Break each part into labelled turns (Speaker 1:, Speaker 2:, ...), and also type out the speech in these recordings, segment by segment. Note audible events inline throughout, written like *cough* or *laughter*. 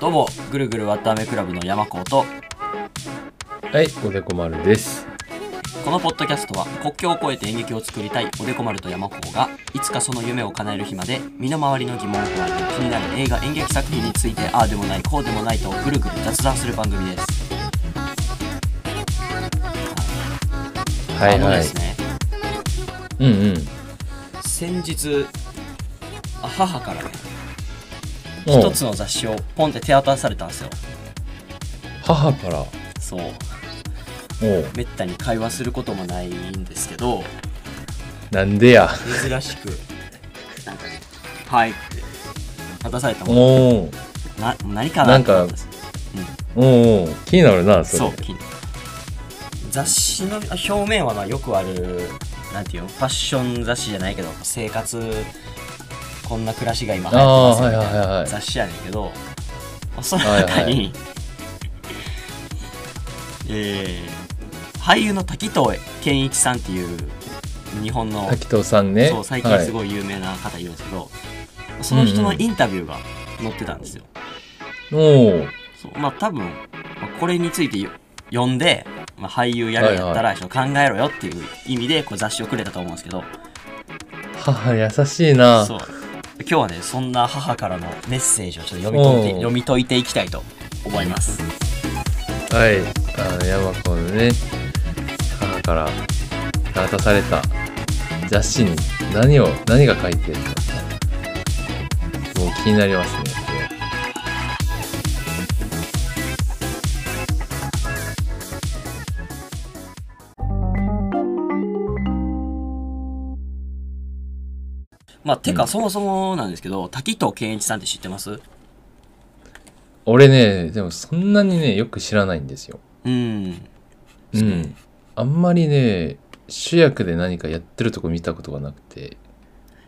Speaker 1: どうも、ぐるぐるわたあめクラブの山子と、
Speaker 2: はい、おでこ丸です。
Speaker 1: このポッドキャストは国境を越えて演劇を作りたいおでこ丸と山子が、いつかその夢を叶える日まで、身の回りの疑問を加えて気になる映画演劇作品について、ああでもない、こうでもないとぐるぐる雑談する番組です。
Speaker 2: はい
Speaker 1: あの
Speaker 2: は
Speaker 1: で
Speaker 2: い
Speaker 1: す。ね、
Speaker 2: うんうん。
Speaker 1: 先日、あ母からね、
Speaker 2: お
Speaker 1: 一
Speaker 2: う
Speaker 1: つの雑誌をポンって手渡されたんですよ。
Speaker 2: 母から、お
Speaker 1: そう。
Speaker 2: う
Speaker 1: めったに会話することもないんですけど、
Speaker 2: なんでや。
Speaker 1: 珍しく、なんかね、はいって渡されたもの
Speaker 2: おう
Speaker 1: な何か
Speaker 2: な
Speaker 1: なん
Speaker 2: か
Speaker 1: と思ったです
Speaker 2: おうおう気になるな、そ
Speaker 1: そ
Speaker 2: れ。
Speaker 1: う気に雑誌の表面はまあよくあるなんていうのファッション雑誌じゃないけど生活こんな暮らしが今流行ってますよみたい
Speaker 2: あーはいはいはいは
Speaker 1: ない雑誌やねんけどまあその中に、 *laughs*
Speaker 2: はいは
Speaker 1: えー俳優の滝藤健一さんっていう日本の
Speaker 2: 滝藤さんね。
Speaker 1: そう最近す
Speaker 2: はい。
Speaker 1: ごい有名な方いるんですけど、その人のインタビューが載ってたんですよ、
Speaker 2: おう
Speaker 1: そうまあ多分、まあこれについてよ読んで、まあ、俳優やるんやったらちょっと考えろよっていう意味でこう雑誌をくれたと思うんですけど、
Speaker 2: 母優しいな。
Speaker 1: そう今日はねそんな母からのメッセージをちょっと読み解いて
Speaker 2: おう
Speaker 1: 読み解いていきたいと思います
Speaker 2: はい。あの、山子のね、母から渡された雑誌に何を、何が書いてるか。もう気になりますね。
Speaker 1: まあてか、
Speaker 2: うん
Speaker 1: そもそもなんですけど滝藤健一さんって知ってます
Speaker 2: 俺ね、でもそんなにね、よく知らないんですよ。
Speaker 1: うん
Speaker 2: うん、あんまりね主役で何かやってるとこ見たことがなくて、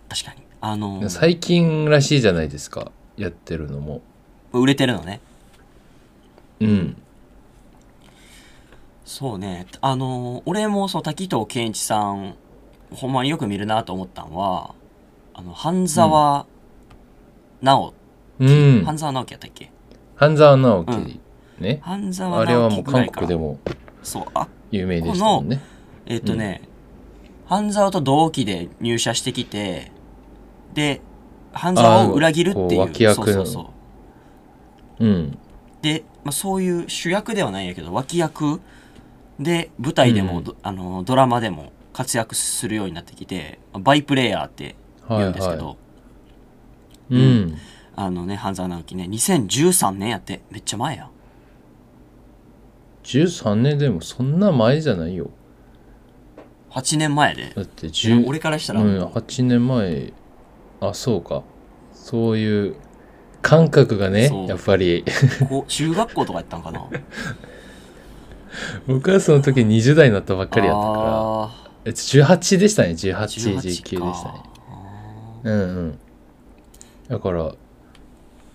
Speaker 1: 確かにあの
Speaker 2: 最近らしいじゃないですかやってるのも
Speaker 1: 売れてるのね
Speaker 2: うん
Speaker 1: そうねあの俺もそう滝藤健一さんほんまによく見るなと思ったのはあの半沢直人
Speaker 2: うん
Speaker 1: 半沢直樹やったっけ
Speaker 2: 半沢直樹、ね
Speaker 1: 半沢
Speaker 2: あれは
Speaker 1: 直樹
Speaker 2: もう
Speaker 1: ぐら
Speaker 2: 韓
Speaker 1: いか
Speaker 2: 国
Speaker 1: ら
Speaker 2: でも
Speaker 1: そうあ
Speaker 2: 有名でしたもんね
Speaker 1: えっ、とね、半沢と同期で入社してきてで半沢を裏切るってい
Speaker 2: あーこう
Speaker 1: う
Speaker 2: 脇役
Speaker 1: そ
Speaker 2: の
Speaker 1: うそうそう
Speaker 2: うん
Speaker 1: で、まあ、そういう主役ではないんやけど脇役で舞台でも、
Speaker 2: うん
Speaker 1: どあのドラマでも活躍するようになってきてまあバイプレイヤーって
Speaker 2: はい
Speaker 1: 言うんですけど、
Speaker 2: はい
Speaker 1: う
Speaker 2: う
Speaker 1: んあのね半沢直樹ね2013年やってめっちゃ前や
Speaker 2: 13年でもそんな前じゃないよ
Speaker 1: 8年前で
Speaker 2: だって
Speaker 1: いや
Speaker 2: 10
Speaker 1: 俺からした
Speaker 2: う
Speaker 1: ら、
Speaker 2: ん、8年前あそうかそういう感覚がね
Speaker 1: そう
Speaker 2: やっぱり *laughs*
Speaker 1: こう中学校とかやったんかな
Speaker 2: 僕はその時20代になったばっかりやったから
Speaker 1: あー
Speaker 2: え18でしたね1819
Speaker 1: 18
Speaker 2: でしたね
Speaker 1: かあー
Speaker 2: うんうんだから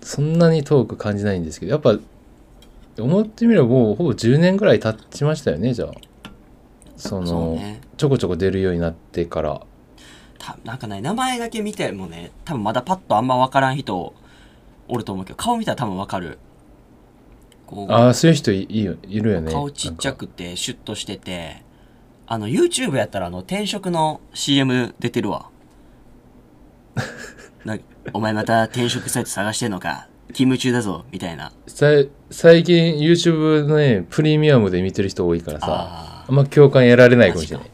Speaker 2: そんなに遠く感じないんですけどやっぱ思ってみればもうほぼ10年ぐらい経ちましたよねじゃあその
Speaker 1: そうね
Speaker 2: ちょこちょこ出るようになってから
Speaker 1: たなんかね名前だけ見てもね多分まだパッとあんま分からん人おると思うけど顔見たら多分分かるこう
Speaker 2: ああそういう人いいよいるよね
Speaker 1: 顔ちっちゃ
Speaker 2: なんか
Speaker 1: くてシュッとしててあの YouTube やったらあの転職の CM 出てる
Speaker 2: *laughs*
Speaker 1: わなお前また転職サイト探してんのか勤務中だぞみたいな
Speaker 2: さい最近 YouTube のねプレミアムで見てる人多いからさ
Speaker 1: あ
Speaker 2: あんま共感得られないかもしれない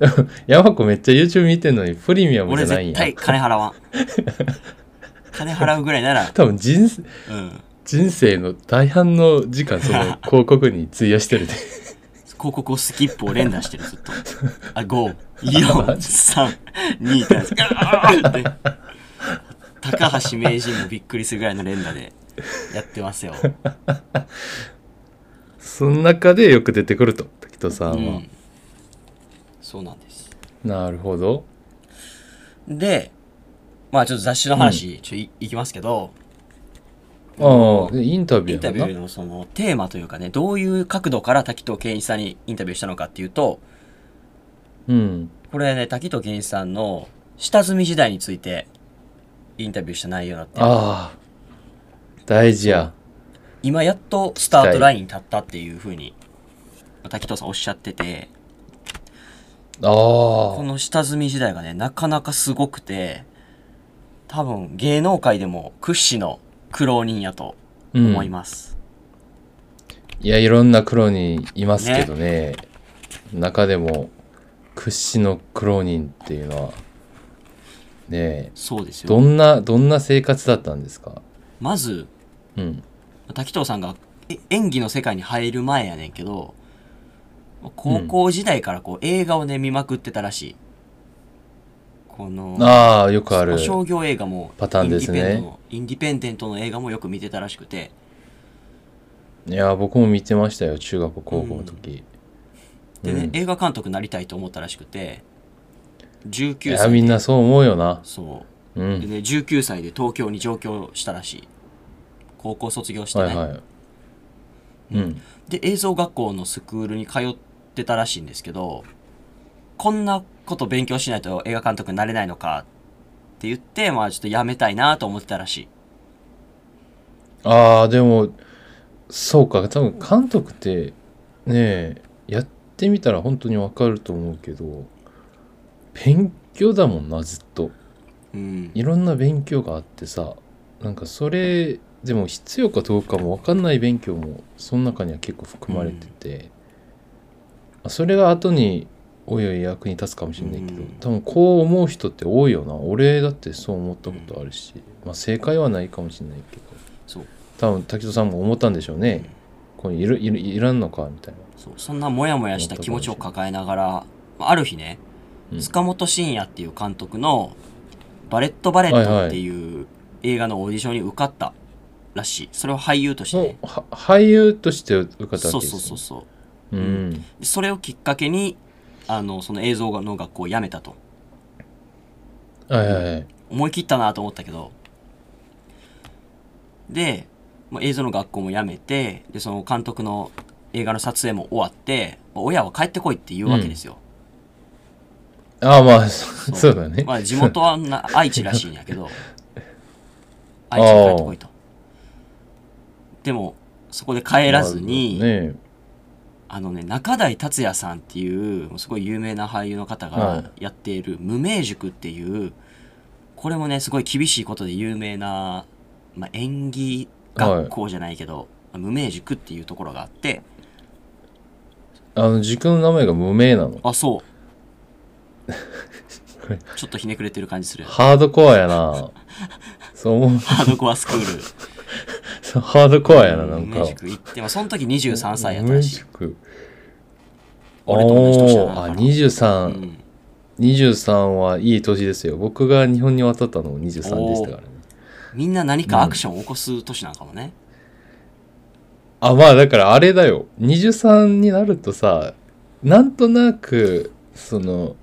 Speaker 2: *laughs* 山子めっちゃ YouTube 見てんのにプレミア
Speaker 1: ー
Speaker 2: ムじ
Speaker 1: 俺
Speaker 2: ゃないん
Speaker 1: 絶
Speaker 2: や
Speaker 1: 対金払わ
Speaker 2: *laughs*
Speaker 1: ん金払うぐらいなら
Speaker 2: 多分人生
Speaker 1: うん
Speaker 2: 人生の大半の時間その広告に費やし
Speaker 1: *laughs*
Speaker 2: てるで
Speaker 1: 広告をスキップを連打してるずっ *laughs* とあ54321ってやつガーって高橋名人もびっくりするぐらいの連打でやって *laughs* ますよ、
Speaker 2: その中でよく出てくると滝藤さ
Speaker 1: う
Speaker 2: んは、
Speaker 1: ん、そうなんです
Speaker 2: なるほど
Speaker 1: でまあちょっと雑誌の話、ちょいいきますけど
Speaker 2: ああでインタビ
Speaker 1: イ
Speaker 2: ュ
Speaker 1: ンタ
Speaker 2: ー
Speaker 1: ビ
Speaker 2: や
Speaker 1: ュ
Speaker 2: な
Speaker 1: ーのそのテーマというかねどういう角度から滝藤健一さんにインタビューしたのかっていうと
Speaker 2: うん
Speaker 1: これね滝藤健一さんの下積み時代についてインタビューした内容になって
Speaker 2: ああ大事や。
Speaker 1: 今やっとスタートラインに立ったっていうふうに滝藤さんおっしゃってて
Speaker 2: あ
Speaker 1: こ
Speaker 2: あ。
Speaker 1: の下積み時代がねなかなかすごくて多分芸能界でも屈指の苦労人やと
Speaker 2: うん
Speaker 1: 思います、
Speaker 2: いや、いろんな苦労人いますけどね。中でも、屈指の苦労人っていうのは、ねえ、
Speaker 1: そうです
Speaker 2: ど
Speaker 1: よ
Speaker 2: んな、どんな生活だったんですか
Speaker 1: まず
Speaker 2: うん。
Speaker 1: 滝藤さんがえ演技の世界に入る前やねんけど高校時代からこう映画をね見まくってたらしいこの
Speaker 2: ああ、よくある。
Speaker 1: 商業映画も
Speaker 2: パターンですね
Speaker 1: インディペンデントのインディペンデントの映画もよく見てたらしくて
Speaker 2: いや、僕も見てましたよ。中学校、高校の時。
Speaker 1: でね、
Speaker 2: うん
Speaker 1: 映画監督になりたいと思ったらしくて
Speaker 2: い
Speaker 1: 19
Speaker 2: や、
Speaker 1: 歳
Speaker 2: みんなそう思うよな。
Speaker 1: そううで
Speaker 2: ん。
Speaker 1: ね19歳で東京に上京したらしい高校卒業してね、
Speaker 2: はいはい。うん。
Speaker 1: で映像学校のスクールに通ってたらしいんですけどこんなこと勉強しないと映画監督になれないのかって言ってまあちょっとやめたいなと思ってたらしい
Speaker 2: ああ、でも、そうか。多分、監督って、ねえ、やってみたら本当にわかると思うけど、勉強だもんな、ずっと。
Speaker 1: うん
Speaker 2: いろんな勉強があってさ、なんかそれ、でも必要かどうかもわかんない勉強も、その中には結構含まれてて、まあそれが後に、おいおい役に立つかもしれないけど、
Speaker 1: うん
Speaker 2: 多分こう思う人って多いよな。俺だってそう思ったことあるし、まあ正解はないかもしれないけど。
Speaker 1: そう
Speaker 2: 多分滝藤さんも思ったんでしょうね、これいるいるいらんのかみたい
Speaker 1: そうそんなモヤモヤした気持ちを抱えながらまあある日ね、
Speaker 2: うん
Speaker 1: 塚本慎也っていう監督の「バレット・バレット」っていう映画のオーディションに受かったらしいそれを俳優として
Speaker 2: な、
Speaker 1: ね
Speaker 2: もうは俳優として受かったわけ
Speaker 1: そう
Speaker 2: です、ね、
Speaker 1: そうそうそう
Speaker 2: う、ん、
Speaker 1: でそれをきっかけにあのその映像の学校を辞めたと
Speaker 2: はいはいはい
Speaker 1: 思い切ったなと思ったけどで、まあ、映像の学校も辞めてでその監督の映画の撮影も終わってまあ親は帰ってこいって言うわけですよ、
Speaker 2: ああまあそ *laughs* そうだね、
Speaker 1: まあ地元は
Speaker 2: *laughs*
Speaker 1: な愛知らしいんやけど愛知に帰ってこいとでもそこで帰らずに、
Speaker 2: まあね
Speaker 1: あのね中台達也さんっていうもうすごい有名な俳優の方
Speaker 2: は
Speaker 1: がやっている「無名塾」っていうこれもねすごい厳しいことで有名な、まあ、演技学校じゃないけど、無名塾っていうところがあって
Speaker 2: あの軸の名前が無名なの
Speaker 1: あそう
Speaker 2: *laughs* れ
Speaker 1: ちょっとひねくれてる感じする
Speaker 2: ハードコアやなそう思う
Speaker 1: ハードコアスクール
Speaker 2: そうハードコアやななん
Speaker 1: 無
Speaker 2: か
Speaker 1: 名塾行って、まあ、その時23歳やったらしい。
Speaker 2: 無名塾
Speaker 1: 俺と同じ年や
Speaker 2: おー
Speaker 1: な。
Speaker 2: あ
Speaker 1: う
Speaker 2: 2323、
Speaker 1: ん。
Speaker 2: 23はいい年ですよ僕が日本に渡ったのも23でしたからね
Speaker 1: みんな何かアクションを起こす年なんかもね。
Speaker 2: あまあだからあれだよ23になるとさなんとなくその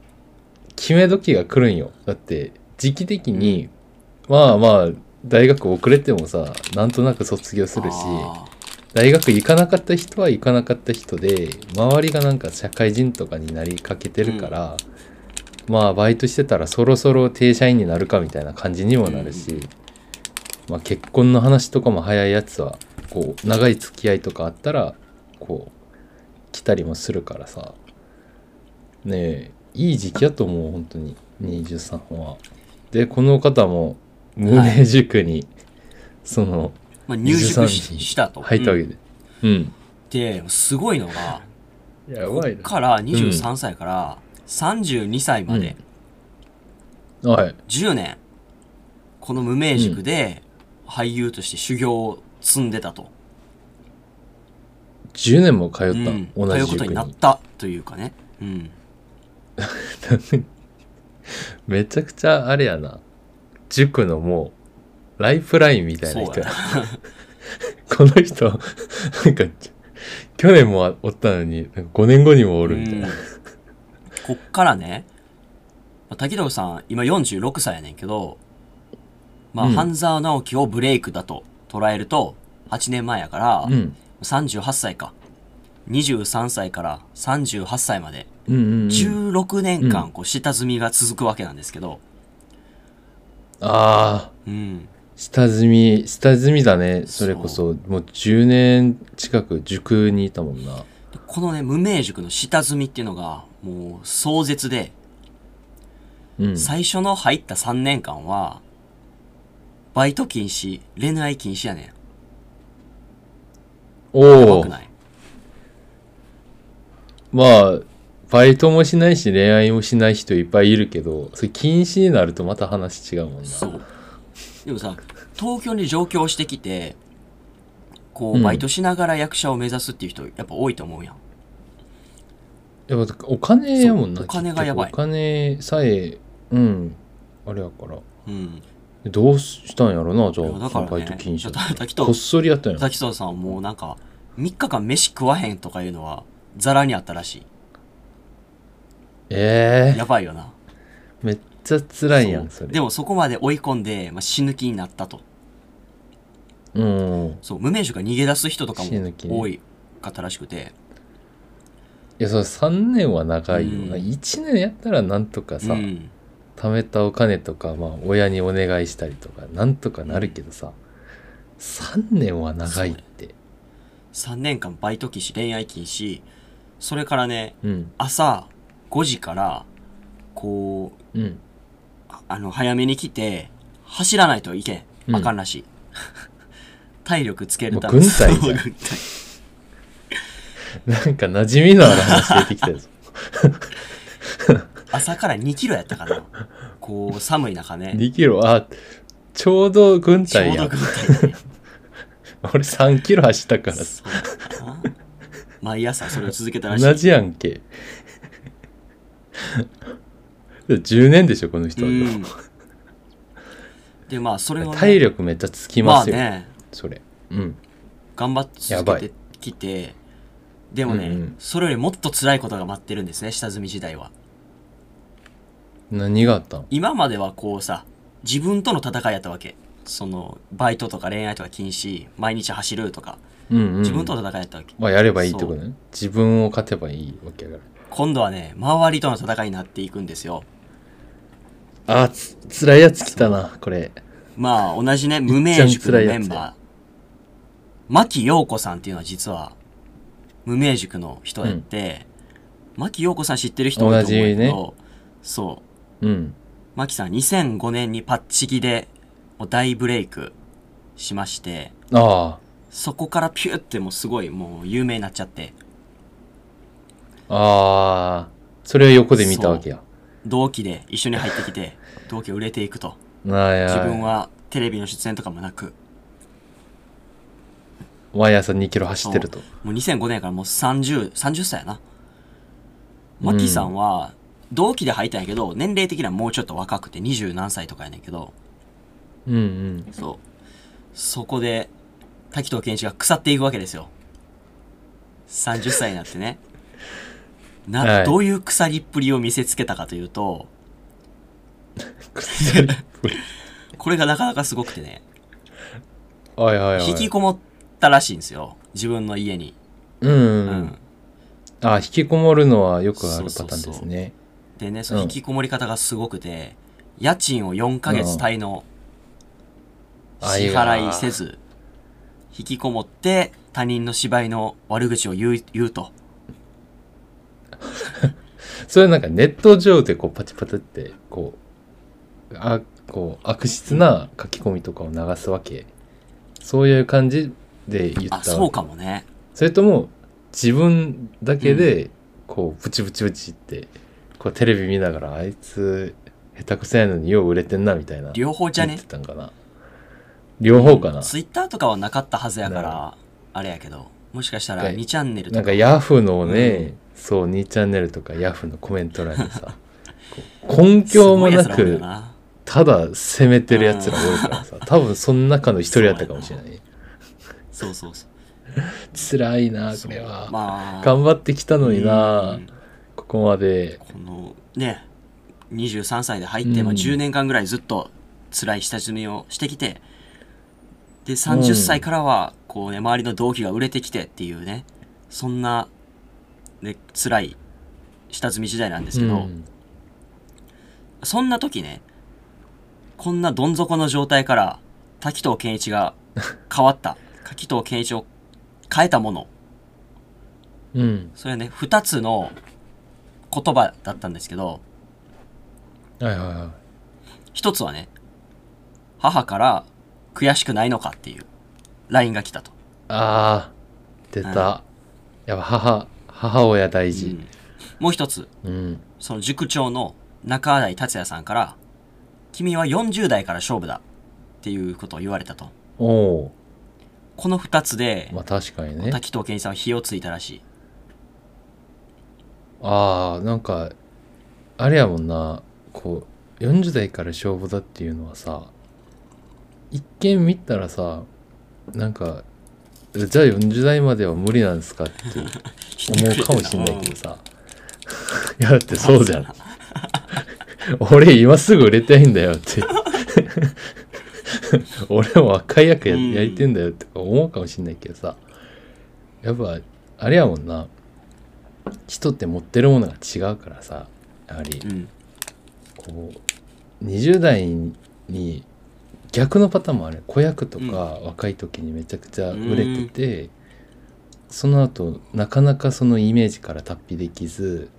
Speaker 2: 決め時が来るんよだって時期的にまあまあ大学遅れてもさなんとなく卒業するし
Speaker 1: あ
Speaker 2: 大学行かなかった人は行かなかった人で周りがなんか社会人とかになりかけてるから、まあバイトしてたらそろそろ定社員になるかみたいな感じにもなるし、
Speaker 1: うん
Speaker 2: まあ、結婚の話とかも早いやつはこう長い付き合いとかあったらこう来たりもするからさねえいい時期だと思う本当に23は。でこの方も無名塾に、その
Speaker 1: ーまあ、入塾し
Speaker 2: 23に
Speaker 1: したと。
Speaker 2: 入ったわけ
Speaker 1: うん
Speaker 2: で。うん
Speaker 1: ですごいのが、
Speaker 2: や
Speaker 1: こ
Speaker 2: ば
Speaker 1: っ
Speaker 2: いな。
Speaker 1: から23歳から32歳まで
Speaker 2: はい。
Speaker 1: 10年、この無名塾で俳優として修行を積んでたと。
Speaker 2: 10年も通った、
Speaker 1: うんと
Speaker 2: 同
Speaker 1: い
Speaker 2: じ
Speaker 1: うこと
Speaker 2: 塾
Speaker 1: になっ
Speaker 2: に。
Speaker 1: たというかね。うん。
Speaker 2: めちゃくちゃあれやな。塾のもう、ライフラインみたい
Speaker 1: そ
Speaker 2: な
Speaker 1: う
Speaker 2: 人
Speaker 1: や
Speaker 2: や
Speaker 1: な。
Speaker 2: *laughs* この人、なんか、去年もおったのに、なんか5年後にもおるみたいな。
Speaker 1: うん、こっからねまあ滝藤さん今46歳やねんけど、まあ
Speaker 2: うん
Speaker 1: 半沢直樹をブレイクだと捉えると8年前やから、
Speaker 2: うん。
Speaker 1: 38歳か23歳から38歳まで
Speaker 2: うんうん、うん。
Speaker 1: 16年
Speaker 2: う
Speaker 1: 間こう下積みが続くわけなんですけど、
Speaker 2: ああ、
Speaker 1: うん
Speaker 2: 下積み下積みだねそれこそもう10年近く塾にいたもんな
Speaker 1: このね無名塾の下積みっていうのがもう壮絶で、
Speaker 2: うん
Speaker 1: 最初の入った3年間はバイト禁止恋愛禁止やねん
Speaker 2: お
Speaker 1: 怖
Speaker 2: お
Speaker 1: くない
Speaker 2: まあバイトもしないし恋愛もしない人いっぱいいるけどそれ禁止になるとまた話違うもんな
Speaker 1: そうでもさ東京に上京してきてこ
Speaker 2: う
Speaker 1: うんバイトしながら役者を目指すっていう人やっぱ多いと思うやん、
Speaker 2: やっぱお金やもんな
Speaker 1: そうお金がやばい
Speaker 2: 結局お金さえうんあれやから
Speaker 1: うん、
Speaker 2: どうしたんやろなじゃ
Speaker 1: いや
Speaker 2: あ
Speaker 1: だからね
Speaker 2: バイト禁
Speaker 1: ちょ
Speaker 2: 止だ
Speaker 1: っと
Speaker 2: った
Speaker 1: 滝藤
Speaker 2: こっそりやったんや
Speaker 1: 滝沢さんはもうなんか3日間飯食わへんとかいうのはザラにあったらし
Speaker 2: え
Speaker 1: い
Speaker 2: え
Speaker 1: やばいよな
Speaker 2: めっちゃ辛いやん
Speaker 1: そ
Speaker 2: そうれ
Speaker 1: でもそこまで追い込んで、まあ、死ぬ気になったと
Speaker 2: うん
Speaker 1: そう無名塾が逃げ出す人とかも
Speaker 2: 死ぬ気ね
Speaker 1: 多いかったらしくて
Speaker 2: いやその3年は長いよな、
Speaker 1: うん
Speaker 2: 1年やったらなんとかさ、
Speaker 1: うん、
Speaker 2: 貯めたお金とか、まあ、親にお願いしたりとかなんとかなるけどさ、3年は長いって
Speaker 1: 3年間バイト禁止恋愛禁止それからね
Speaker 2: うん
Speaker 1: 朝5時からこう
Speaker 2: うん
Speaker 1: ああの早めに来て走らないといけ
Speaker 2: うん
Speaker 1: んあかんらしい、 *laughs* 体力つけるた
Speaker 2: もう軍隊じゃ
Speaker 1: *laughs*
Speaker 2: ん
Speaker 1: そう軍隊
Speaker 2: なんか馴染みのある話出てき
Speaker 1: *laughs*
Speaker 2: たやつ
Speaker 1: 朝から2キロやったかなこう寒い中ね
Speaker 2: 2キロあちょうど軍
Speaker 1: ちょ
Speaker 2: 隊
Speaker 1: う
Speaker 2: *laughs* や
Speaker 1: ど軍隊だね
Speaker 2: 俺3キロ走ったから
Speaker 1: そうだな毎朝それを続けたらしい
Speaker 2: 同じやんけ10年でしょこの人は、
Speaker 1: うんでまあそれを、ね、
Speaker 2: 体力めっちゃつきますよ、
Speaker 1: まあね
Speaker 2: それうん
Speaker 1: 頑張って
Speaker 2: や
Speaker 1: 続
Speaker 2: ば
Speaker 1: け
Speaker 2: い
Speaker 1: てきてでもね、
Speaker 2: うんうん
Speaker 1: それよりもっと辛いことが待ってるんですね下積み時代は
Speaker 2: 何があったの
Speaker 1: 今まではこうさ自分との戦いやったわけそのバイトとか恋愛とか禁止毎日走るとか
Speaker 2: うんうんうん
Speaker 1: 自分との戦いやったわけ、
Speaker 2: まあやればいいってことね自分を勝てばいいわけやか
Speaker 1: 今度はね周りとの戦いになっていくんですよ
Speaker 2: らあつ辛いやつ来たなこれ
Speaker 1: まあ同じね無名塾のメンバー牧陽子さんっていうのは実は無名塾の人やって、牧陽子さん知ってる人多いと思うんやけど、そう
Speaker 2: うん
Speaker 1: マキさん2005年にパッチギでもう大ブレイクしまして
Speaker 2: あ
Speaker 1: そこからピューってもうすごいもう有名になっちゃって
Speaker 2: あああそれを横で見たわけや
Speaker 1: 同期で一緒に入ってきて
Speaker 2: *laughs*
Speaker 1: 同期が売れていくと
Speaker 2: なあや
Speaker 1: 自分はテレビの出演とかもなく
Speaker 2: 毎朝2キロ走ってると
Speaker 1: もう2005年からもう3030歳やな
Speaker 2: うん
Speaker 1: マキさんは同期で入ったんやけど年齢的にはもうちょっと若くて20何歳とかやねんけど
Speaker 2: うん
Speaker 1: *laughs*
Speaker 2: うん
Speaker 1: そうそこで滝藤健一が腐っていくわけですよ30歳になってねな、
Speaker 2: はい
Speaker 1: どういう腐りっぷりを見せつけたかというと
Speaker 2: 薬っぽい
Speaker 1: これがなかなかすごくてね
Speaker 2: はいはいはい
Speaker 1: 引きこもったらしいんですよ自分の家に、
Speaker 2: うんうん、
Speaker 1: うん
Speaker 2: あ引きこもるのはよくあるパターン
Speaker 1: そうそうそう
Speaker 2: ですね
Speaker 1: でねその
Speaker 2: うん
Speaker 1: 引きこもり方がすごくて、家賃を4ヶ月滞納、
Speaker 2: うん
Speaker 1: 支払いせず引きこもって他人の芝居の悪口を言う言うと
Speaker 2: それはなんかネット上でこうパチパチってこうあこう悪質な書き込みとかを流すわけそういう感じで言ったわ
Speaker 1: あ
Speaker 2: け
Speaker 1: そうかもね
Speaker 2: それとも自分だけでこうブチブチブチってこうテレビ見ながらあいつ下手くそやのによう売れてんなみたいな
Speaker 1: 両方じゃね
Speaker 2: 言ってたんかな両方かな
Speaker 1: ツイッターとかはなかったはずやか
Speaker 2: なる
Speaker 1: ら、あれやけど、もしかしたら
Speaker 2: なんか
Speaker 1: 2チャンネル
Speaker 2: な
Speaker 1: と
Speaker 2: ん
Speaker 1: か
Speaker 2: か、ヤフーのね、
Speaker 1: う
Speaker 2: そう2チャンネルとかヤフーのコメント欄にさこう根拠もな
Speaker 1: すごい奴らおるよ
Speaker 2: く
Speaker 1: な
Speaker 2: ただ攻めてるやつらおるからさ多分その中の一人やったかもしれない
Speaker 1: そうそうそう。
Speaker 2: 辛いな
Speaker 1: そ
Speaker 2: こ
Speaker 1: う
Speaker 2: れは、
Speaker 1: まあ、
Speaker 2: 頑張ってきたのにな、
Speaker 1: うん
Speaker 2: ここまで
Speaker 1: この、ね、23歳で入って、まあ、
Speaker 2: うん
Speaker 1: 10年間ぐらいずっと辛い下積みをしてきて、で、30歳からは、こうね、周りの同期が売れてきてっていうね、そんな、ね、辛い下積み時代なんですけど、
Speaker 2: うん
Speaker 1: そんな時ね、こんなどん底の状態から滝藤健一
Speaker 2: *laughs*
Speaker 1: が変わった。滝藤健一を変えたもの。
Speaker 2: うん。
Speaker 1: それはね、二つの言葉だったんですけど、
Speaker 2: はいはいは
Speaker 1: 一つはね、母から悔しくないのかっていう LINE が来たと。
Speaker 2: い。ああ、出た。やっぱ母、母親大
Speaker 1: う
Speaker 2: 事。
Speaker 1: んもう一つ、
Speaker 2: うん。
Speaker 1: その塾長の中台達也さんから、君は40代から勝負だっていうことを言われたと。
Speaker 2: おお
Speaker 1: この二つで
Speaker 2: ー、、まあ確かにね。
Speaker 1: 滝藤健一さんは火をついたらしい。
Speaker 2: ああ、なんか、あれやもんな、こう、40代から勝負だっていうのはさ、一見見たらさ、なんか、えじゃあ40代までは無理なんですかって思うかもしんないけどさ。 *laughs* いや、だってそうじゃん。 *laughs* 俺今すぐ売れたいんだよって。 *laughs* 俺も若い役や
Speaker 1: うん
Speaker 2: やりてんだよとか思うかもしんないけどさ。やっぱ、あれやもんな。人って持ってるものが違うからさ。やはり
Speaker 1: う、ん。
Speaker 2: こう、20代に逆のパターンもある。子役とか若い時にめちゃくちゃ売れてて、その後なかなかそのイメージから脱皮できず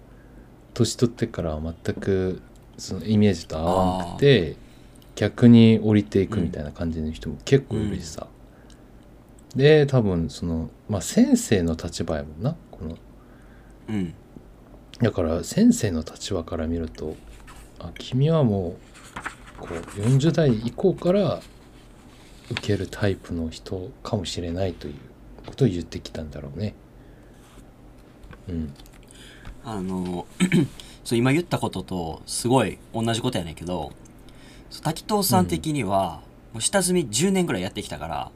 Speaker 2: 年取ってからは全くそのイメージと合わなくて逆に降りていくみたいな感じの人も結構いるしさ、で多分その、まあ、先生の立場やもんなこの
Speaker 1: うん。
Speaker 2: だから先生の立場から見るとあ君はもうこう40代以降から受けるタイプの人かもしれないということを言ってきたんだろうね。うん、
Speaker 1: あの *clears throat* そう今言ったこととすごい同じことやねんけどそう滝藤さん的には、もう下積み10年ぐらいやってきたから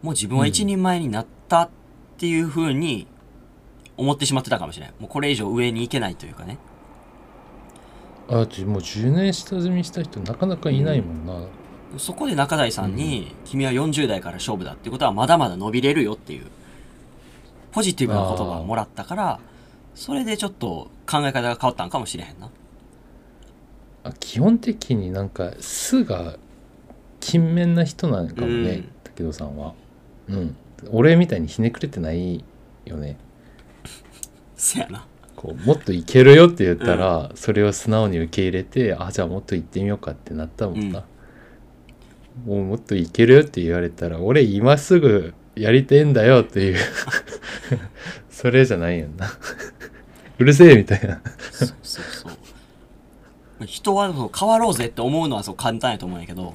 Speaker 1: もう自分は一人前になったっていうふうに思ってしまってたかもしれないもうこれ以上上に行けないというかね
Speaker 2: あだってもう10年下積みした人なかなかいないもんな。
Speaker 1: そこで中台さんに、君は40代から勝負だってことはまだまだ伸びれるよっていうポジティブな言葉をもらったからそれでちょっと考え方が変わったんかもしれへんな *laughs*
Speaker 2: あ基本的になんか素が勤勉な人なんかもね、
Speaker 1: うん
Speaker 2: 武藤さんは。うん、俺みたいにひねくれてないよね。
Speaker 1: せやな
Speaker 2: こうもっといけるよって言ったら、それを素直に受け入れてあじゃあもっと行ってみようかってなったもんな、もうもっといけるよって言われたら俺今すぐやりてえんだよっていう *laughs* それじゃないよな *laughs* うるせえみたいな
Speaker 1: そうそうそう。人はそう変わろうぜって思うのはそう簡単やと思うんやけど、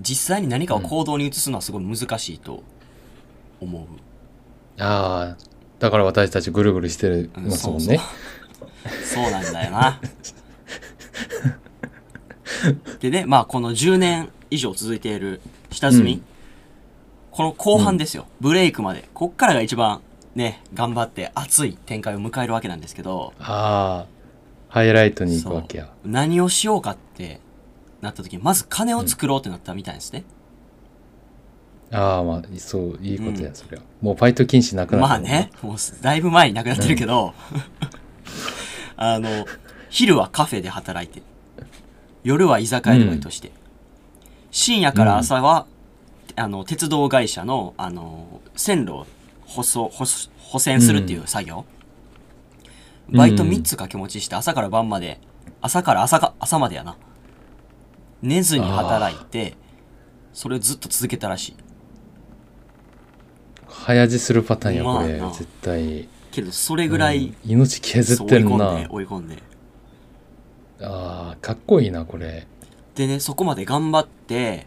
Speaker 1: 実際に何かを行動に移すのはすごい難しいと思う。
Speaker 2: あーだから私たちぐるぐるしてる
Speaker 1: うん
Speaker 2: ますもん
Speaker 1: そう
Speaker 2: ね
Speaker 1: そうなんだよな。でね、まあこの10年以上続いている下積み、
Speaker 2: うん
Speaker 1: この後半ですよ、ブレイクまで、こっからが一番ね、頑張って熱い展開を迎えるわけなんですけど、
Speaker 2: ああハイライトに行くわけや
Speaker 1: 何をしようかってなった時に、まず金を作ろうってなったみたいですね。
Speaker 2: ああまあそういいことや、そりゃもうバイト禁止なくなった
Speaker 1: まあね、もうだいぶ前に亡くなってるけど、 *laughs* あの、昼はカフェで働いて、夜は居酒屋でバイトして、深夜から朝は、あの、鉄道会社の、あの、線路を舗装、舗装舗線するっていう作業、
Speaker 2: うん
Speaker 1: バイト3つ掛け持ちして、朝から晩まで、朝から朝か、朝までやな。寝ずに働いて、それをずっと続けたらしい。
Speaker 2: 早死するパターンや
Speaker 1: まあ
Speaker 2: これ
Speaker 1: な
Speaker 2: 絶対
Speaker 1: けど、それぐらい、
Speaker 2: うん命削
Speaker 1: そう
Speaker 2: っ
Speaker 1: 追
Speaker 2: て
Speaker 1: い
Speaker 2: る
Speaker 1: 込んで
Speaker 2: な、
Speaker 1: 追い込んで。
Speaker 2: あーかっこいいなこれ
Speaker 1: でねそこまで頑張って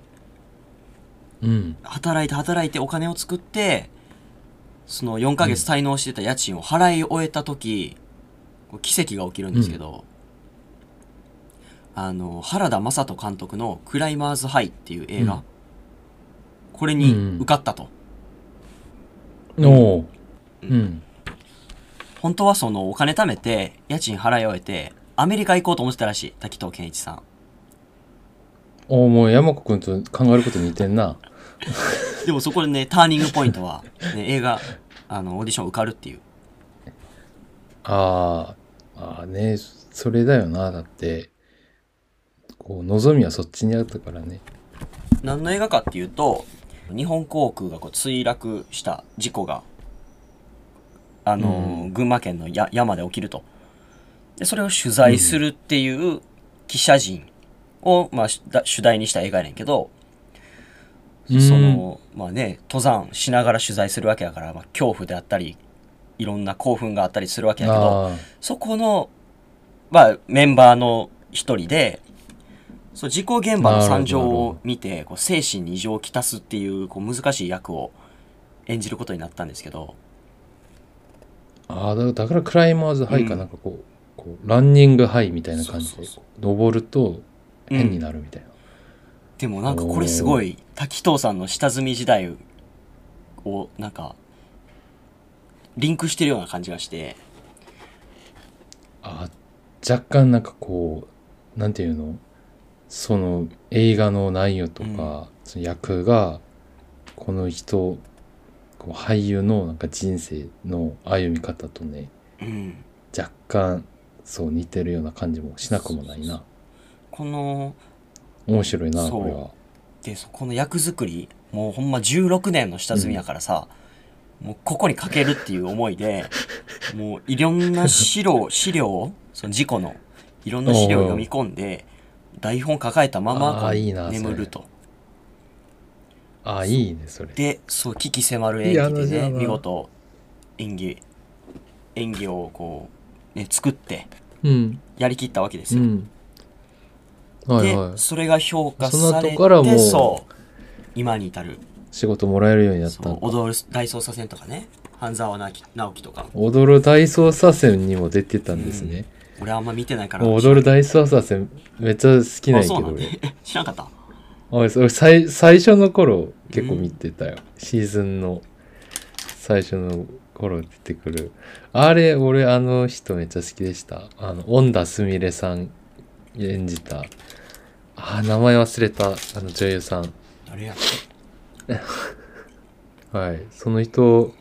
Speaker 2: うん
Speaker 1: 働いて働いてお金を作ってその4ヶ月滞納してた家賃を払い終えた時、こう奇跡が起きるんですけど、あの原田雅人監督の「クライマーズハイ」っていう映画、
Speaker 2: うん
Speaker 1: これに受かったと、
Speaker 2: おーうん
Speaker 1: 本当はそのお金貯めて家賃払い終えてアメリカ行こうと思ってたらしい滝藤健一さん
Speaker 2: おおもう山子くんと考えること似てんな
Speaker 1: でもそこでねターニングポイントは、ね、映画あのオーディション受かるっていう
Speaker 2: あーあーねそれだよなだってこう望みはそっちにあったからね
Speaker 1: 何の映画かっていうと日本航空がこう墜落した事故があのー、群馬県のや山で起きるとでそれを取材するっていう記者陣を、まあ、主だ主題にした映画やねんけど、
Speaker 2: うん
Speaker 1: そのまあね登山しながら取材するわけやから、まあ、恐怖であったりいろんな興奮があったりするわけやけど
Speaker 2: あ
Speaker 1: そこの、まあ、メンバーの一人で、そう、事故現場の惨状を見て、こう精神に異常をきたすっていう、こう、難しい役を演じることになったんですけど、
Speaker 2: ーあーだだからクライマーズハイか、
Speaker 1: うん
Speaker 2: なんかこうこうランニングハイみたいな感じで
Speaker 1: そうそうそう
Speaker 2: 登ると
Speaker 1: うん
Speaker 2: 変になるみたいな、
Speaker 1: でもなんかこれすごい、滝藤さんの下積み時代を、なんか、リンクしてるような感じがして、
Speaker 2: あー若干なんかこうなんていうのその映画の内容とか、
Speaker 1: うん
Speaker 2: その役がこの人こう俳優のなんか人生の歩み方とね
Speaker 1: うん。
Speaker 2: 若干そう似てるような感じもしなくもないな
Speaker 1: この、
Speaker 2: 面白いな
Speaker 1: そう
Speaker 2: これは
Speaker 1: で、そこの役作り、もうほんま16年の下積みやからさ、もうここにかけるっていう思いで、もういろんな資料、資料を、その事故の、いろんな資料を読み込んで、台本抱えたままこ
Speaker 2: あ
Speaker 1: う
Speaker 2: ーいいな
Speaker 1: 眠ると。
Speaker 2: あーいいねそれ
Speaker 1: で、そう、危機迫る演技で
Speaker 2: いい話
Speaker 1: ね、
Speaker 2: やな
Speaker 1: 見事、演技、演技をこう、ね、作って、
Speaker 2: うん
Speaker 1: やりきったわけですよ。
Speaker 2: うんはいは
Speaker 1: で、
Speaker 2: い
Speaker 1: それが評価
Speaker 2: その
Speaker 1: さ
Speaker 2: 後
Speaker 1: れて、
Speaker 2: からもう
Speaker 1: そう、今に至る。
Speaker 2: 仕事もらえるようになっ
Speaker 1: そ
Speaker 2: た
Speaker 1: う、踊る大捜査線とかね、半沢直樹直樹とか、
Speaker 2: 踊る大捜査線にも出てたんですね、
Speaker 1: 俺あんま見てないから。
Speaker 2: もう踊る大捜査線めっちゃ好きなん
Speaker 1: あ、
Speaker 2: やけ
Speaker 1: そう
Speaker 2: ど
Speaker 1: なんだ
Speaker 2: 俺。
Speaker 1: *laughs* 知らんかった。
Speaker 2: 俺俺最最初の頃結構見てたよ、シーズンの最初の頃出てくるあれ俺あの人めっちゃ好きでしたあの恩田すみれさん演じたあー名前忘れたあの女優さん
Speaker 1: 誰や
Speaker 2: はいその人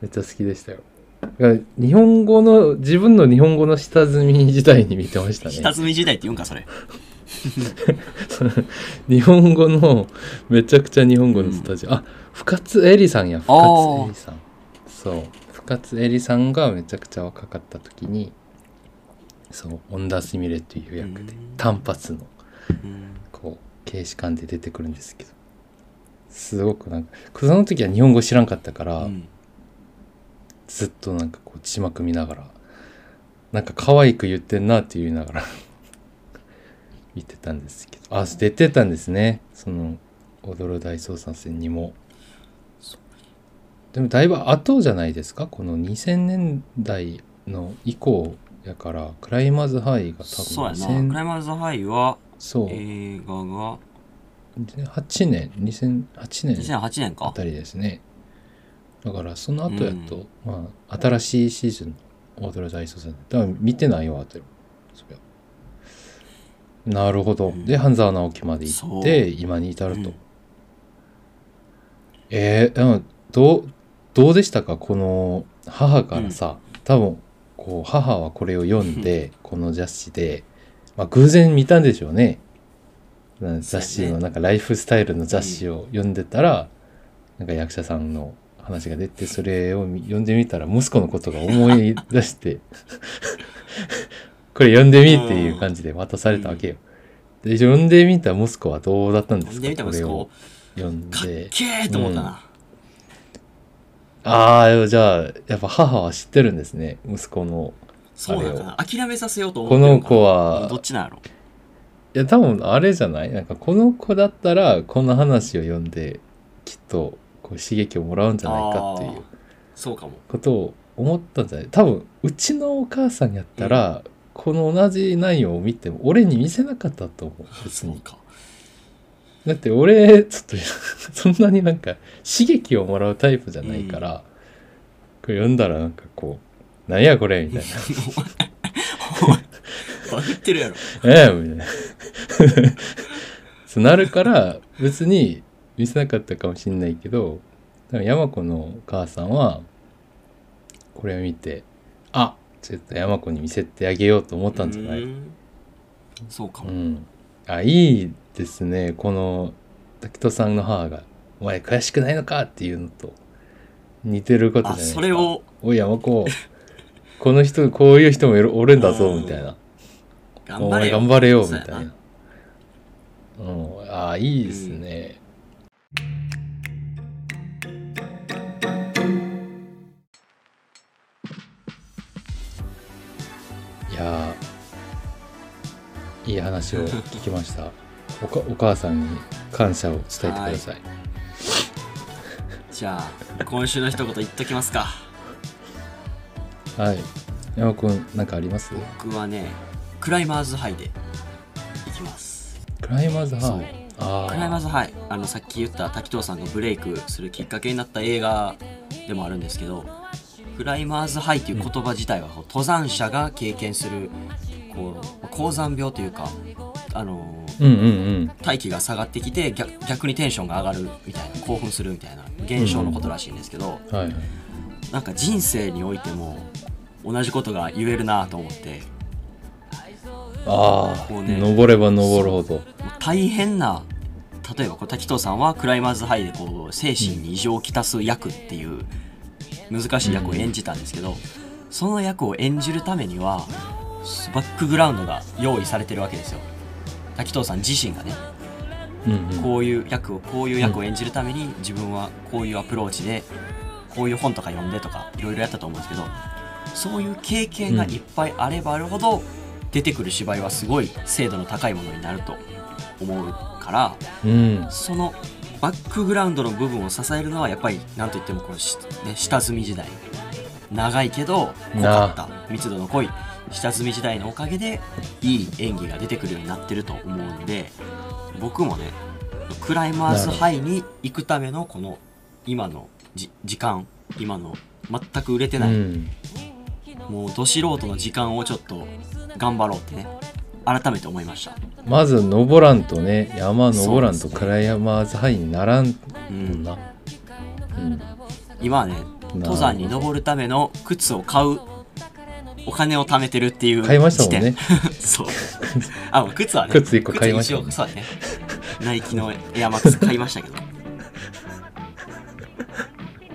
Speaker 2: めっちゃ好きでしたよだから日本語の自分の日本語の下積み時代に見てましたね
Speaker 1: 下積み時代って言うんか、それ。
Speaker 2: その *laughs* 日本語のめちゃくちゃ日本語のスタジオ、あ深津絵里さんや深津絵里さんそう深津絵里さんがめちゃくちゃ若かった時にそう恩田すみれという役で
Speaker 1: うん
Speaker 2: 単発の
Speaker 1: うん
Speaker 2: こう警視官で出てくるんですけどすごくなんかその時は日本語知らんかったから、
Speaker 1: うん
Speaker 2: ずっとなんかこう字幕見ながらなんか可愛く言ってんなって言いながら *laughs* 見てたんですけどあ出てたんですねその「踊る大捜査線」にもでもだいぶ後じゃないですかこの2000年代の以降やからクライマーズハイが多分
Speaker 1: そうやな。
Speaker 2: 2000
Speaker 1: クライマーズハイは
Speaker 2: そう
Speaker 1: 映画が
Speaker 2: 2008年2008年
Speaker 1: 2008年
Speaker 2: あ
Speaker 1: か。
Speaker 2: たりですね。だからその後やと、
Speaker 1: うん
Speaker 2: まあ新しいシーズンのオードル大捜査だから見てないよ、あてそりゃなるほど。
Speaker 1: うん
Speaker 2: で、半沢直樹まで行って、今に至ると。えー、でもどう、どうでしたかこの母からさ、多分こう母はこれを読
Speaker 1: *laughs*
Speaker 2: んで、この雑誌で、まあ、偶然見たんでしょうね。な雑誌
Speaker 1: そうや
Speaker 2: の
Speaker 1: ね
Speaker 2: なんかライフスタイルの雑誌を読んでたら、なんか役者さんの話が出てそれをみ読んでみたら息子のことが思い出して *laughs* これ読んでみっていう感じで渡されたわけよ。で読んでみた息子はどうだったんで
Speaker 1: うん。
Speaker 2: す
Speaker 1: で
Speaker 2: か
Speaker 1: 見た
Speaker 2: こ
Speaker 1: 息
Speaker 2: れ
Speaker 1: 子
Speaker 2: を、読ん
Speaker 1: かっ
Speaker 2: で。
Speaker 1: けーと思ったな。
Speaker 2: ああじゃあやっぱ母は知ってるんですね息子の。
Speaker 1: そうなんかな。諦めさせようと思っ
Speaker 2: こ
Speaker 1: てる
Speaker 2: の
Speaker 1: んかな
Speaker 2: 子は
Speaker 1: どっちなんやろ。
Speaker 2: いや多分あれじゃないなんかこの子だったらこの話を読んできっとこう刺激をもらうんじゃないかっていう
Speaker 1: あーそうかも。
Speaker 2: ことを思ったんじゃない多分うちのお母さんやったら、この同じ内容を見ても俺に見せなかったと思う別
Speaker 1: そう
Speaker 2: に
Speaker 1: か。 *laughs*
Speaker 2: だって俺ちょっと *laughs* そんなになんか刺激をもらうタイプじゃないから、これ読んだらなんかこう「何やこれ」みたいな
Speaker 1: バグってるやろ。
Speaker 2: 「ええ」みたいな *laughs* そうなるから別に見せなかったかもしんないけど多分山子のお母さんはこれを見て「あちょっと山子に見せてあげようと思ったんじゃないう
Speaker 1: ーんそうか
Speaker 2: う
Speaker 1: も。
Speaker 2: ん、あいいですねこの滝戸さんの母が「お前悔しくないのか?」っていうのと似てることじゃ
Speaker 1: あ
Speaker 2: ないですか
Speaker 1: それを
Speaker 2: おい山子この人こういう人もいるおるんだぞ
Speaker 1: うん
Speaker 2: みたいな
Speaker 1: 頑
Speaker 2: お
Speaker 1: 張れ
Speaker 2: 前
Speaker 1: よ
Speaker 2: 頑張れよみ
Speaker 1: そう
Speaker 2: た
Speaker 1: や
Speaker 2: いなうんああいいですね、いやーいい
Speaker 1: *laughs*
Speaker 2: 話を聞きましたおかお母さんに感謝を伝えてください
Speaker 1: じゃあ今週の一言言っときますか
Speaker 2: はい山子くん何かあります
Speaker 1: 僕はねクライマーズハイでいきます
Speaker 2: クライマーズハ
Speaker 1: そう
Speaker 2: イあー
Speaker 1: クライマーズハイあのさっき言った滝藤さんがブレイクするきっかけになった映画でもあるんですけどクライマーズハイという言葉自体はこう登山者が経験するこう高山病というかあの
Speaker 2: うんうんうん
Speaker 1: 大気が下がってきて逆逆にテンションが上がるみたいな興奮するみたいな現象のことらしいんですけど、
Speaker 2: はいはい
Speaker 1: なんか人生においても同じことが言えるなと思って
Speaker 2: ああ、
Speaker 1: こうね
Speaker 2: 登れば登るほど
Speaker 1: もう大変な例えばこう滝藤さんはクライマーズハイでこう精神に異常をきたす役っていう難しい役を演じたんですけど、その役を演じるためにはバックグラウンドが用意されてるわけですよ滝藤さん自身がね
Speaker 2: うんうん
Speaker 1: こういう役をこういう役を演じるために自分はこういうアプローチでこういう本とか読んでとかいろいろやったと思うんですけどそういう経験がいっぱいあればあるほど出てくる芝居はすごい精度の高いものになると思うから
Speaker 2: うん、
Speaker 1: そのバックグラウンドの部分を支えるのはやっぱり何といってもこのし、ね、下積み時代長いけど濃かった密度の濃い下積み時代のおかげでいい演技が出てくるようになってると思うんで僕もねクライマーズハイに行くためのこの今のじ時間今の全く売れて
Speaker 2: う
Speaker 1: ない、
Speaker 2: ん、
Speaker 1: もうど素人の時間をちょっと頑張ろうってね改めて思いました、
Speaker 2: まず登らんとね山登らん
Speaker 1: そうですね
Speaker 2: とクライマーズハイにならん
Speaker 1: う
Speaker 2: もん
Speaker 1: ん、
Speaker 2: な、うん、
Speaker 1: 今はね登山に登るための靴を買うお金を貯めてるっていう
Speaker 2: 買いましたもんね
Speaker 1: 時点 *laughs* そうあ靴はね
Speaker 2: 靴一個買いましたもん
Speaker 1: 靴一応そうだねナイキのエアマックス買いました
Speaker 2: *laughs*
Speaker 1: けど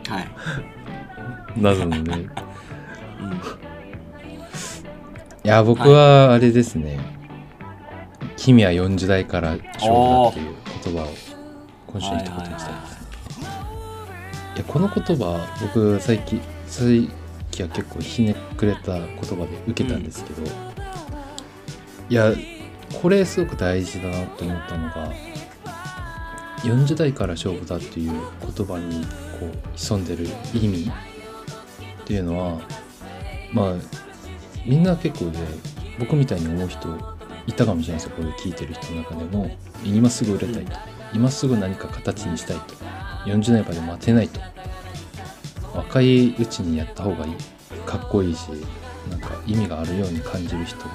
Speaker 1: はい、
Speaker 2: *laughs* 謎のね
Speaker 1: うん、
Speaker 2: いや僕はあれですね「君は40代から勝負だ」っていう言葉を今週に一言にしたいですいやこの言葉僕最近最近は結構ひねくれた言葉で受けたんですけど、いやこれすごく大事だなと思ったのが40代から勝負だっていう言葉にこう潜んでる意味っていうのはまあみんな結構で僕みたいに思う人いたかもしれないですよこれ聞いてる人の中でも今すぐ売れたいと今すぐ何か形にしたいと40年まで待てないと若いうちにやった方がいいかっこいいしなんか意味があるように感じる人も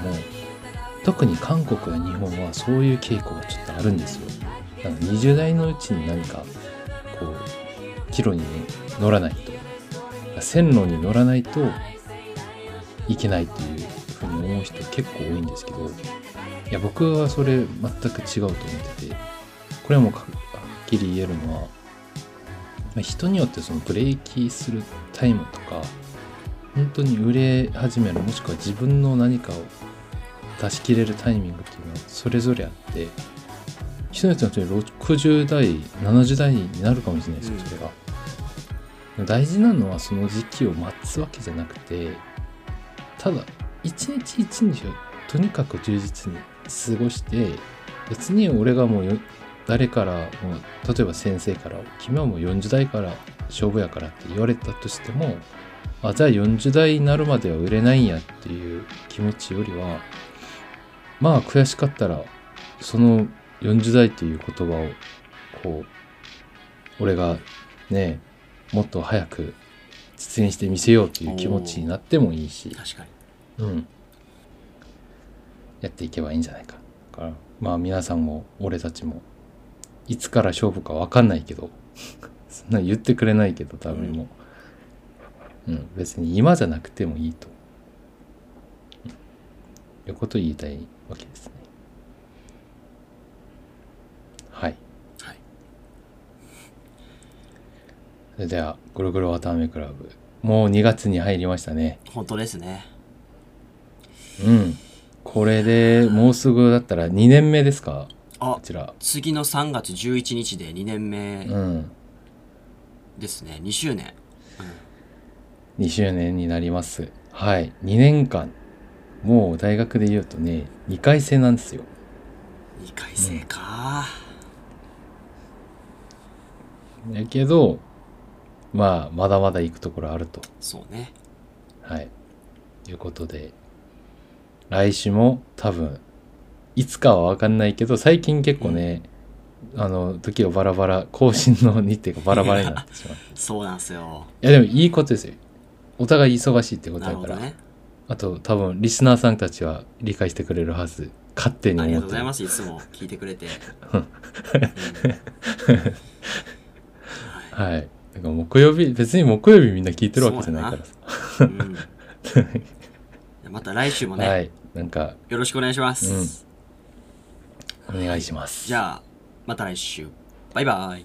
Speaker 2: 特に韓国や日本はそういう傾向がちょっとあるんですよなんか20代のうちに何かこう岐路に乗らないと線路に乗らないといけないっていうふうに思う人結構多いんですけどいや僕はそれ全く違うと思っててこれはもうかはっきり言えるのはまあ人によってそのブレーキするタイムとか本当に売れ始めるもしくは自分の何かを出し切れるタイミングっていうのはそれぞれあって人によって本当に60代70代になるかもしれないですよ
Speaker 1: うん
Speaker 2: それが。大事なのはその時期を待つわけじゃなくてただ一日一日をとにかく充実に過ごして別に俺がもうよ誰からもう例えば先生から「君はもう40代から勝負やから」って言われたとしてもあじゃあ40代になるまでは売れないんやっていう気持ちよりはまあ悔しかったらその40代っていう言葉をこう俺がねもっと早く実現してみせようという気持ちになってもいいし
Speaker 1: 確かに
Speaker 2: うん、やっていけばいいんじゃないかだからまあ皆さんも俺たちもいつから勝負か分かんないけど *laughs* そんな言ってくれないけど誰も、うん別に今じゃなくてもいいと、うん、いうことを言いたいわけですねはい
Speaker 1: はい
Speaker 2: それでは、ゴロゴロわたあめクラブ。もう2月に入りましたね。
Speaker 1: 本当ですね
Speaker 2: うん。これでもうすぐだったら2年目ですか
Speaker 1: あ
Speaker 2: こちら。
Speaker 1: 次の3月11日で2年目
Speaker 2: うん。
Speaker 1: ですね、2周年
Speaker 2: 2周年になります。はい。2年間。もう大学で言うとね、2回生なんですよ。
Speaker 1: 2回生か、
Speaker 2: やけど、まあ、まだまだ行くところあると。
Speaker 1: そうね
Speaker 2: はい。ということで、来週も多分、いつかは分かんないけど、最近結構ね、あの、時をバラバラ、更新の日程がバラバラになってしまう。い
Speaker 1: そうなんすよ
Speaker 2: や、でもいいことですよ。お互い忙しいってこと
Speaker 1: な
Speaker 2: だ
Speaker 1: るほ
Speaker 2: から。
Speaker 1: どね
Speaker 2: あと、多分、リスナーさんたちは理解してくれるはず。勝手に
Speaker 1: あり
Speaker 2: 思
Speaker 1: が
Speaker 2: っ
Speaker 1: とうございま。す
Speaker 2: てる
Speaker 1: いつも聞いてくれて、
Speaker 2: う
Speaker 1: うんんは
Speaker 2: はい。だから木曜日、別に木曜日みんな聞いてるわけじゃないからさ。
Speaker 1: いう
Speaker 2: *laughs*
Speaker 1: んまた来週もね、
Speaker 2: はい。なんか、
Speaker 1: よろしくお願いします、
Speaker 2: うんお願いします。
Speaker 1: じゃあまた来週バイバイ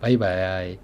Speaker 2: バイバイ。